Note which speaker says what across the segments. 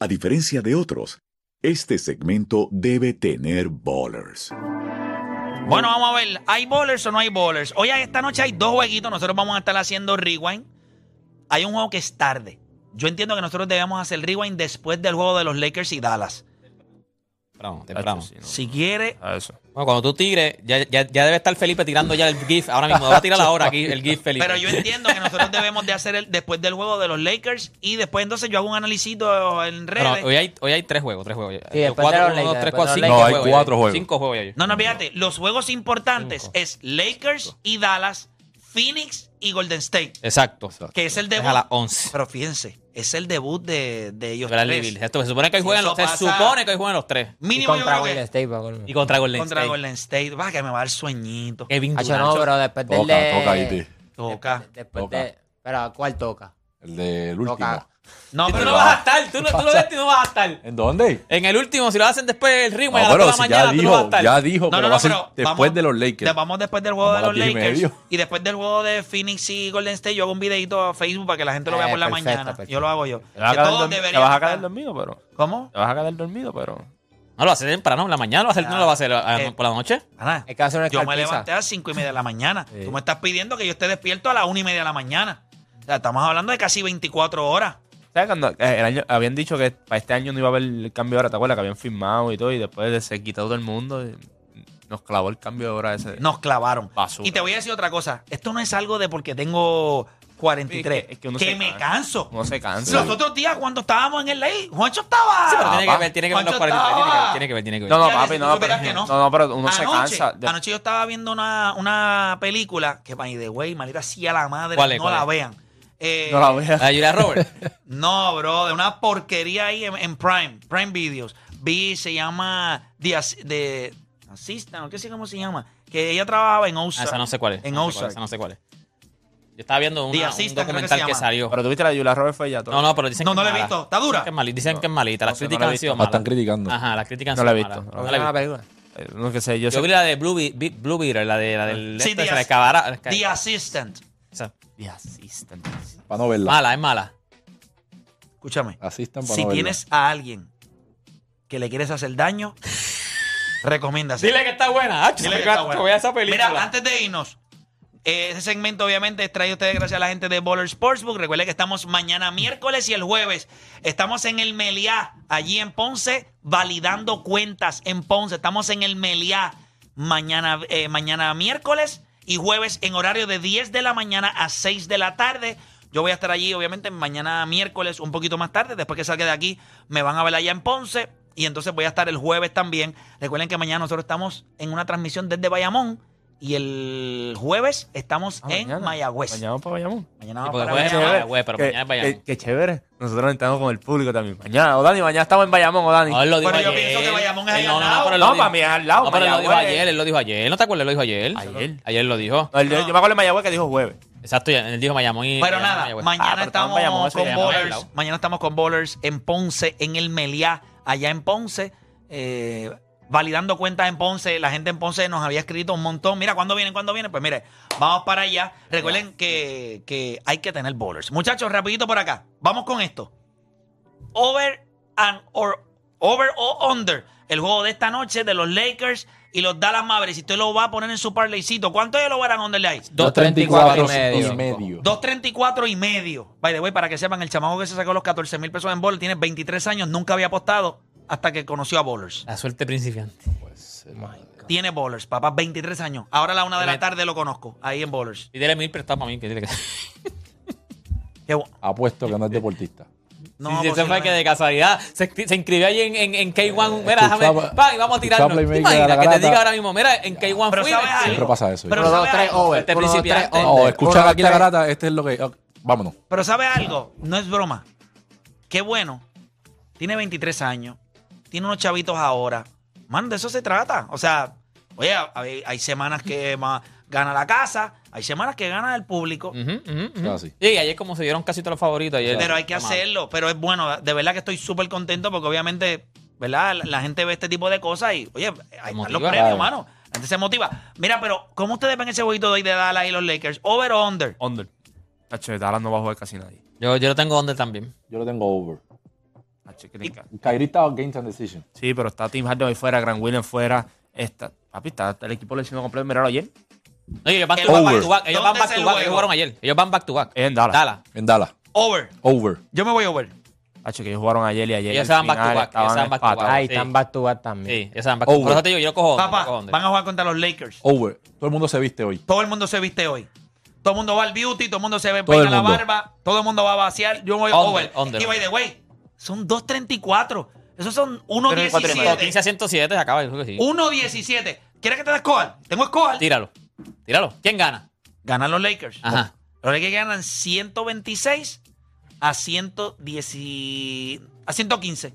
Speaker 1: A diferencia de otros, este segmento debe tener bowlers.
Speaker 2: Bueno, vamos a ver, ¿hay bowlers o no hay bowlers? Hoy esta noche hay dos jueguitos, nosotros vamos a estar haciendo rewind. Hay un juego que es tarde. Yo entiendo que nosotros debemos hacer rewind después del juego de los Lakers y Dallas.
Speaker 3: Temprano, temprano.
Speaker 4: Tacho, sí, no.
Speaker 2: Si quiere,
Speaker 4: A eso.
Speaker 3: Bueno, cuando tú tires, ya, ya, ya debe estar Felipe tirando ya el GIF ahora mismo. Va a tirar ahora aquí el GIF, Felipe.
Speaker 2: pero yo entiendo que nosotros debemos de hacer el después del juego de los Lakers y después entonces yo hago un análisito en
Speaker 3: Pero
Speaker 2: redes.
Speaker 3: hoy, hay, hoy hay tres juegos, tres juegos.
Speaker 5: después
Speaker 3: Cuatro,
Speaker 5: de los
Speaker 3: uno, dos,
Speaker 5: Lakers,
Speaker 3: tres,
Speaker 5: después
Speaker 3: cuatro,
Speaker 5: de los
Speaker 3: cinco
Speaker 5: Lakers.
Speaker 3: juegos.
Speaker 4: No, hay cuatro
Speaker 3: ya.
Speaker 4: juegos.
Speaker 3: Cinco juegos ya.
Speaker 2: No, no, fíjate, los juegos importantes
Speaker 3: Cinco.
Speaker 2: es Lakers y Dallas, Phoenix y Golden State,
Speaker 3: Exacto.
Speaker 2: que es el
Speaker 3: Es
Speaker 2: debut.
Speaker 3: a las 11.
Speaker 2: Pero fíjense, es el debut de, de ellos
Speaker 3: Bradley ¿eh?
Speaker 2: tres.
Speaker 3: Beal. Esto se supone que hoy
Speaker 2: Si
Speaker 3: juegan
Speaker 2: eso
Speaker 3: los tres. Se
Speaker 2: pasa-
Speaker 3: supone que hoy juegan los tres.
Speaker 5: Y
Speaker 2: Mínimo yo
Speaker 5: contra
Speaker 2: creo
Speaker 5: Golden
Speaker 2: que
Speaker 5: State, pa' colmo.
Speaker 3: Y contra Golden
Speaker 2: contra
Speaker 3: State.
Speaker 2: Golden State. Va, que me va a dar sueñito.
Speaker 3: Kevin
Speaker 5: Hacho,
Speaker 3: Durant.
Speaker 5: no, pero después del
Speaker 4: Toca,
Speaker 5: de-
Speaker 4: toca, IT.
Speaker 2: Toca.
Speaker 5: Después
Speaker 4: Toca.
Speaker 5: de... Pero, ¿cuál toca?
Speaker 4: El del último.
Speaker 5: Toca.
Speaker 2: No,
Speaker 3: Tú
Speaker 2: pero
Speaker 3: no vas a estar. Tú, no, tú lo ves y no vas a estar.
Speaker 4: ¿En dónde?
Speaker 3: En el último, si lo hacen después del ritmo,
Speaker 4: No,
Speaker 3: a las
Speaker 4: pero
Speaker 3: dos de la
Speaker 4: si ya
Speaker 3: mañana, tú no vas a
Speaker 4: dijo,
Speaker 3: estar.
Speaker 4: ya dijo,
Speaker 2: No,
Speaker 4: pero
Speaker 2: no,
Speaker 4: va
Speaker 2: no,
Speaker 4: a ser
Speaker 2: pero
Speaker 4: después
Speaker 2: vamos-
Speaker 4: de los Lakers.
Speaker 2: vamos después del juego
Speaker 4: Vamos
Speaker 2: de
Speaker 4: a
Speaker 2: los
Speaker 4: las diez y
Speaker 2: Lakers.
Speaker 4: medio.
Speaker 2: Y después del juego de Phoenix y Golden State, yo hago un videito a Facebook para que la gente lo vea
Speaker 5: Eh,
Speaker 2: por la
Speaker 5: perfecto,
Speaker 2: mañana.
Speaker 5: perfecto.
Speaker 2: Yo lo hago yo.
Speaker 4: Te
Speaker 2: Que
Speaker 4: vas a
Speaker 2: todos
Speaker 4: quedar dorm- te
Speaker 2: deberían
Speaker 4: vas a
Speaker 2: estar.
Speaker 4: quedar dormido, pero.
Speaker 2: ¿Cómo?
Speaker 4: Te vas a quedar dormido, pero.
Speaker 3: No, lo hace temprano, en la mañana. Lo hace, no lo va a hacer ah,
Speaker 2: Eh.
Speaker 3: por la noche.
Speaker 2: Ana,
Speaker 5: Es que hacer una
Speaker 2: yo me
Speaker 5: escalpiza.
Speaker 2: levanté a las 5 y media de la mañana. Tú me estás pidiendo que yo esté despierto a las 1 y media de la mañana. O sea, estamos hablando de casi 24 horas.
Speaker 6: ¿Sabes cuando eh, el año- habían dicho que para este año no iba a haber el cambio de hora? ¿Te acuerdas? Que habían firmado y todo, y después se quitó todo el mundo. y nos clavó el cambio de hora ese.
Speaker 2: Nos clavaron.
Speaker 6: Basura.
Speaker 2: Y te voy a decir otra cosa. Esto no es algo de porque tengo 43.
Speaker 6: Es
Speaker 2: que,
Speaker 6: que- es que uno se
Speaker 2: me
Speaker 6: cansa.
Speaker 2: canso.
Speaker 6: No se cansa.
Speaker 2: Los otros días cuando estábamos en el ley, Juancho estaba.
Speaker 3: Sí, pero tiene que
Speaker 6: papá.
Speaker 3: ver, tiene que ver los
Speaker 2: Juancho
Speaker 3: 40.
Speaker 2: estaba.
Speaker 3: Tiene que ver, tiene que ver.
Speaker 6: No, no,
Speaker 2: Ya
Speaker 6: papi,
Speaker 2: ves,
Speaker 6: no,
Speaker 2: tú
Speaker 6: pero,
Speaker 2: verás que no.
Speaker 6: no, no, pero uno se
Speaker 2: anoche,
Speaker 6: cansa. De-
Speaker 2: anoche yo estaba viendo una, una película que, by the way, maldita sí a la madre,
Speaker 3: ¿Cuál es,
Speaker 2: no
Speaker 3: cuál
Speaker 2: la
Speaker 3: es?
Speaker 2: vean. Eh,
Speaker 6: no la veas.
Speaker 3: La de Julia Roberts.
Speaker 2: no, bro, de una porquería ahí en, en Prime, Prime Videos. Vi, se llama The, As- The Assistant, o qué sé cómo se llama, que ella trabajaba en
Speaker 3: Ah,
Speaker 2: Ozark.
Speaker 3: esa no sé cuál es.
Speaker 2: En
Speaker 3: No sé cuál es,
Speaker 2: Ozark.
Speaker 3: Esa no sé cuál es. Yo estaba viendo una-
Speaker 2: The
Speaker 3: un
Speaker 2: Assistant, creo que
Speaker 3: documental
Speaker 2: se
Speaker 3: que,
Speaker 2: llama.
Speaker 3: salió.
Speaker 6: Pero tuviste la de Yula Roberts fue ya todo.
Speaker 3: No, no, pero dicen
Speaker 2: No,
Speaker 3: que
Speaker 2: no la he
Speaker 3: es mala.
Speaker 2: visto. ¿Está
Speaker 3: Dicen
Speaker 2: dura?
Speaker 3: que es malita. Dicen que es malita. Las
Speaker 6: No sé, no
Speaker 3: críticas
Speaker 6: la he
Speaker 3: han sido
Speaker 4: La
Speaker 3: malas.
Speaker 4: están criticando.
Speaker 3: Ajá, las críticas han
Speaker 6: No
Speaker 3: sido
Speaker 6: la he
Speaker 3: malas.
Speaker 6: visto,
Speaker 5: ¿No
Speaker 3: No
Speaker 5: vieron
Speaker 3: la he
Speaker 5: la
Speaker 3: visto.
Speaker 5: película?
Speaker 6: Eh, No que sé, yo
Speaker 3: Yo
Speaker 6: sé.
Speaker 3: vi la de Blue, Be- Be- Blue Beater, la de la del
Speaker 2: Sí, The
Speaker 3: este, se
Speaker 2: Ass-
Speaker 3: le escabara.
Speaker 2: The Assistant.
Speaker 3: Esa.
Speaker 6: The Assistant.
Speaker 4: Para no verla.
Speaker 3: Mala, es mala.
Speaker 2: Escúchame.
Speaker 3: Ah,
Speaker 4: Asistan para
Speaker 2: Si
Speaker 4: no verla.
Speaker 2: tienes a alguien que le quieres hacer daño, recomiéndase.
Speaker 3: Dile que está buena. ah,
Speaker 2: Dile que
Speaker 3: chico,
Speaker 2: está bueno.
Speaker 3: que vea esa película.
Speaker 2: Mira, antes de irnos, eh, ese segmento obviamente es traído a ustedes gracias a la gente de Baller Sportsbook. Recuerden que estamos mañana miércoles y el jueves. Estamos en el Meliá, allí en Ponce, validando cuentas en Ponce. Estamos en el Meliá mañana, eh, mañana miércoles y jueves en horario de 10 de la mañana a 6 de la tarde. Yo voy a estar allí, obviamente, mañana miércoles, un poquito más tarde. Después que salga de aquí, me van a ver allá en Ponce. Y entonces voy a estar el jueves también. Recuerden que mañana nosotros estamos en una transmisión desde Bayamón. Y el jueves estamos
Speaker 6: Ah,
Speaker 2: en
Speaker 6: mañana.
Speaker 2: Mayagüez.
Speaker 6: Mañana vamos para Bayamón.
Speaker 2: Mañana
Speaker 3: Sí,
Speaker 2: vamos
Speaker 3: porque
Speaker 2: para
Speaker 3: jueves es
Speaker 2: Bayamón.
Speaker 3: Mayagüez, pero
Speaker 6: que,
Speaker 3: mañana es Bayamón.
Speaker 6: que- que chévere. Nosotros estamos con el público también. Mañana, Odani, mañana estamos en Bayamón, Odani.
Speaker 3: No, él lo dijo
Speaker 2: Pero yo
Speaker 3: ayer.
Speaker 2: pienso que Bayamón es
Speaker 3: Él
Speaker 2: allá
Speaker 3: eh, no,
Speaker 2: al
Speaker 3: no,
Speaker 2: lado.
Speaker 3: pero él lo
Speaker 6: No,
Speaker 3: dijo.
Speaker 6: para mí es al
Speaker 2: Ah,
Speaker 6: lado.
Speaker 3: No, pero él lo dijo
Speaker 6: Mayagüez.
Speaker 3: ayer, él lo dijo ayer. ¿No te acuerdas? Él Lo dijo ayer.
Speaker 6: Ayer.
Speaker 3: Ayer lo dijo.
Speaker 6: No, él-
Speaker 2: No.
Speaker 6: Yo me acuerdo en Mayagüez que dijo jueves.
Speaker 3: Exacto, ya- él dijo Bayamón y.
Speaker 2: Pero
Speaker 3: Bayamón,
Speaker 2: nada,
Speaker 3: Mayagüez.
Speaker 2: mañana
Speaker 6: Ah, pero
Speaker 2: estamos
Speaker 6: estamos en Bayamón, eso
Speaker 2: con
Speaker 6: ya
Speaker 3: no es
Speaker 2: Bowlers.
Speaker 3: helado.
Speaker 2: Mañana estamos con Bowlers en Ponce, en el Meliá, allá en Ponce. eh, validando cuentas en Ponce. La gente en Ponce nos había escrito un montón. Mira, ¿cuándo vienen? ¿Cuándo vienen? Pues mire, vamos para allá. Recuerden que, que hay que tener Bowlers. Muchachos, rapidito por acá. Vamos con esto. Over and or over o under. El juego de esta noche de los Lakers y los Dallas Mavericks. Si usted lo va a poner en su parleycito, ¿cuánto es el over and under le hay?
Speaker 5: 234
Speaker 4: y
Speaker 5: y
Speaker 4: medio.
Speaker 2: 234 y medio. By the way, para que sepan, el chamaco que se sacó los 14 mil pesos en bowler tiene 23 años, nunca había apostado hasta que conoció a bowlers.
Speaker 3: La suerte principiante.
Speaker 2: Tiene bowlers, papá, 23 años. Ahora a la una de la
Speaker 3: Me-
Speaker 2: tarde lo conozco, ahí en bowlers.
Speaker 3: Pídele mil prestados para mí. Que dile que...
Speaker 2: Qué bu-
Speaker 4: Apuesto que no es deportista.
Speaker 2: no,
Speaker 3: si se fue
Speaker 2: posiblemente.
Speaker 3: que de casualidad se, inscri- se inscribió ahí en, en, en
Speaker 4: Eh,
Speaker 3: K1. Mira,
Speaker 4: Escuchaba-
Speaker 3: déjame. Pa, y vamos a
Speaker 4: escuchaba
Speaker 3: tirarnos. ¿Te
Speaker 4: Playmaker
Speaker 3: imaginas
Speaker 4: a la
Speaker 3: que te
Speaker 4: grata.
Speaker 3: diga ahora mismo? Mira, en K1
Speaker 2: Pero ¿sabes
Speaker 3: fui. me inscribí.
Speaker 2: algo?
Speaker 4: Siempre pasa eso.
Speaker 2: Pero
Speaker 5: Uno, dos,
Speaker 2: sabe
Speaker 5: tres,
Speaker 2: algo.
Speaker 5: over.
Speaker 3: Este
Speaker 5: Uno, dos, tres,
Speaker 3: principiante.
Speaker 5: over.
Speaker 4: No, escuchar
Speaker 5: Uno,
Speaker 4: aquí la
Speaker 5: dos, tres.
Speaker 4: garata, este es lo que. ok, vámonos.
Speaker 2: Pero sabe algo, no es broma. Qué bueno. Tiene 23 años. Tiene unos chavitos ahora. Man, de eso se trata. O sea, oye, hay, hay semanas que ma- gana la casa, hay semanas que gana el público.
Speaker 3: Ujú, ujú, ujú.
Speaker 4: Casi.
Speaker 3: Sí, ayer como se dieron casi todos los favoritos. Ayer,
Speaker 2: Pero hay que
Speaker 3: Toma.
Speaker 2: hacerlo. Pero es bueno, de verdad que estoy súper contento porque obviamente, ¿verdad? La, la gente ve este tipo de cosas y, oye, ahí están
Speaker 3: motiva,
Speaker 2: los premios,
Speaker 4: claro.
Speaker 2: mano. La gente se motiva. Mira, pero, ¿cómo ustedes ven ese jueguito de hoy de Dallas y los Lakers? ¿Over o under?
Speaker 6: Under. Tacho, de Dallas no va a jugar casi nadie.
Speaker 3: Yo, yo lo tengo donde también.
Speaker 4: Yo lo tengo over.
Speaker 6: Ah, che, qué rica.
Speaker 4: Kyrie estaba Games and Decision.
Speaker 6: Sí, pero está Tim Harden ahí fuera, Grant Williams fuera. Está, papi, está el equipo lesionado completo. Miraron ayer.
Speaker 3: No, ellos van
Speaker 2: El
Speaker 3: to back
Speaker 4: over.
Speaker 3: to back. Ellos van
Speaker 2: ¿Dónde es
Speaker 3: back
Speaker 2: el
Speaker 3: to back.
Speaker 2: juego?
Speaker 3: Ellos jugaron ayer. Ellos van back to back.
Speaker 4: Eh,
Speaker 6: Es en Dallas.
Speaker 3: Dala.
Speaker 4: En Dallas.
Speaker 2: Over.
Speaker 4: Over.
Speaker 2: Yo me voy over.
Speaker 6: Hacho, que ellos jugaron ayer y ayer.
Speaker 3: Ellos
Speaker 6: el
Speaker 3: se van back to
Speaker 6: final
Speaker 3: back, ellos se van
Speaker 6: estaban
Speaker 3: back to back.
Speaker 6: empatados.
Speaker 5: Ahí
Speaker 3: Sí.
Speaker 5: están back to back también.
Speaker 3: Sí, ellos se van back to back.
Speaker 4: Over.
Speaker 3: Por eso te digo, yo lo cojo. yo
Speaker 2: Papá,
Speaker 3: lo cojo donde.
Speaker 2: van a jugar contra los Lakers.
Speaker 4: Over. Todo el mundo se viste hoy.
Speaker 2: Todo el mundo se viste hoy. Todo el mundo va al beauty, todo el mundo se ve
Speaker 4: Todo
Speaker 2: peina
Speaker 4: el
Speaker 2: la
Speaker 4: mundo.
Speaker 2: barba, todo el mundo va a vaciar. Yo voy
Speaker 3: Under,
Speaker 2: over.
Speaker 3: under.
Speaker 2: Y by the way, son 2.34. Esos son
Speaker 3: 15
Speaker 2: 1.17.
Speaker 3: a 107 se acaba. Yo creo
Speaker 2: Uh.
Speaker 3: que sí.
Speaker 2: 1.17. ¿Quieres que te dé Escobar? Tengo Escobar.
Speaker 3: Tíralo. Tíralo. ¿Quién gana?
Speaker 2: Ganan los Lakers.
Speaker 3: Ajá.
Speaker 2: Los Lakers ganan 126 a 110 a 115.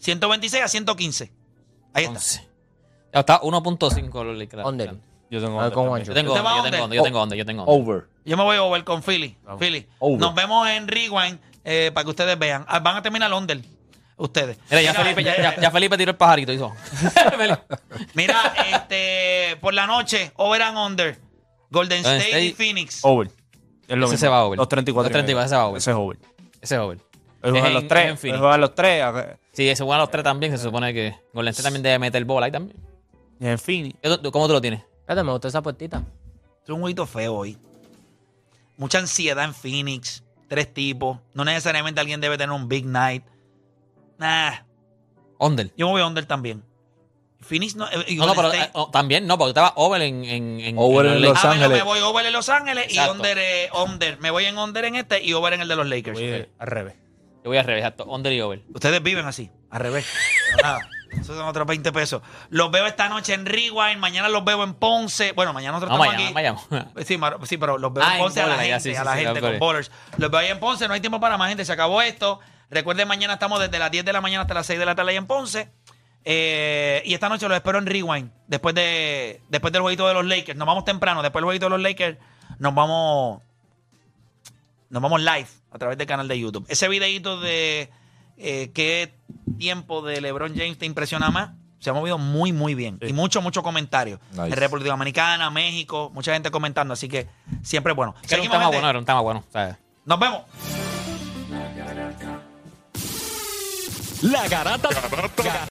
Speaker 2: 126 a 115. Ahí está.
Speaker 3: 11. Ya Está 1.5 los Lakers.
Speaker 5: Under.
Speaker 6: Yo tengo
Speaker 5: Ah,
Speaker 6: otro
Speaker 5: con
Speaker 6: también.
Speaker 5: Juancho.
Speaker 3: Yo tengo
Speaker 2: Usted va
Speaker 3: onda, yo
Speaker 2: under.
Speaker 3: tengo onda, yo tengo onda, yo tengo onda.
Speaker 4: Over.
Speaker 2: Yo me voy over con Philly.
Speaker 6: Vamos.
Speaker 2: Philly.
Speaker 4: Over.
Speaker 2: Nos vemos en Rewind eh, para que ustedes vean. Ah, Van a terminar under. Ustedes.
Speaker 3: Mira, ya Felipe, ya, ya- ya Felipe tiró el pajarito, hizo.
Speaker 2: Mira, este, por la noche, over and under. Golden
Speaker 3: Golden
Speaker 2: State, y
Speaker 3: State.
Speaker 2: Phoenix.
Speaker 6: Over. Es lo
Speaker 3: Ese
Speaker 6: mismo.
Speaker 3: se va over.
Speaker 6: Los 34.
Speaker 3: Los 34 se va over.
Speaker 6: Ese es over.
Speaker 3: Ese es over.
Speaker 6: Hoy
Speaker 3: Es
Speaker 6: juegan
Speaker 3: en- es
Speaker 6: los
Speaker 3: en
Speaker 6: tres. Hoy
Speaker 3: Phoenix.
Speaker 6: juegan los tres. acá-
Speaker 3: Sí, se juegan los tres también, se supone que Golden State también debe meter bola ahí también.
Speaker 6: y En Phoenix.
Speaker 3: Yo- tú- ¿Cómo tú lo tienes?
Speaker 5: Espérate, me gustó esa puertita.
Speaker 2: Es un jueguito feo hoy. Mucha ansiedad en Phoenix. Tres tipos. No necesariamente alguien debe tener un big night. Nah,
Speaker 3: Under.
Speaker 2: yo me voy a under también. Phoenix no. eh, y
Speaker 3: No, no,
Speaker 2: Golden
Speaker 3: pero
Speaker 2: State-
Speaker 3: eh, oh, también no, porque estaba over en, en, en
Speaker 4: Over en
Speaker 3: Lakers.
Speaker 4: Los
Speaker 2: Ah, bueno,
Speaker 4: Ángeles.
Speaker 2: me voy over en Los Ángeles y
Speaker 3: Exacto.
Speaker 2: under, eh, under. Me voy en under en este y over en el de los Lakers.
Speaker 6: Voy de- al revés.
Speaker 3: Yo voy a revisar todo. Under y over.
Speaker 2: Ustedes viven así, al revés. Pero nada, esos son otros 20 pesos. Los veo esta noche en Rewind, mañana los veo en Ponce. Bueno, mañana nosotros
Speaker 3: No,
Speaker 2: estamos
Speaker 3: mañana,
Speaker 2: aquí.
Speaker 3: mañana.
Speaker 2: Sí, mar- sí, pero los veo
Speaker 3: Ah,
Speaker 2: en
Speaker 3: en
Speaker 2: Ponce a la
Speaker 3: Bowlers,
Speaker 2: gente,
Speaker 3: ya, sí,
Speaker 2: a
Speaker 3: sí,
Speaker 2: la
Speaker 3: sí,
Speaker 2: gente
Speaker 3: los
Speaker 2: con
Speaker 3: Bowlers.
Speaker 2: bowlers. Los veo ahí en Ponce, no hay tiempo para más gente, se acabó esto. Recuerden, mañana estamos desde las 10 de la mañana hasta las 6 de la tarde ahí en Ponce. Eh, y esta noche los espero en Rewind, después, de, después del jueguito de los Lakers. Nos vamos temprano, después del jueguito de los Lakers nos vamos nos vamos live a través del canal de YouTube. Ese videito de eh, qué tiempo de LeBron James te impresiona más, se ha movido muy, muy bien. Y mucho, mucho comentario.
Speaker 4: Nice.
Speaker 2: En República Dominicana, México, mucha gente comentando, así que siempre es bueno.
Speaker 3: Es que era un
Speaker 2: Seguimos,
Speaker 3: tema
Speaker 2: gente.
Speaker 3: bueno, era un tema bueno. ¿sabes?
Speaker 2: Nos vemos.
Speaker 1: La garata.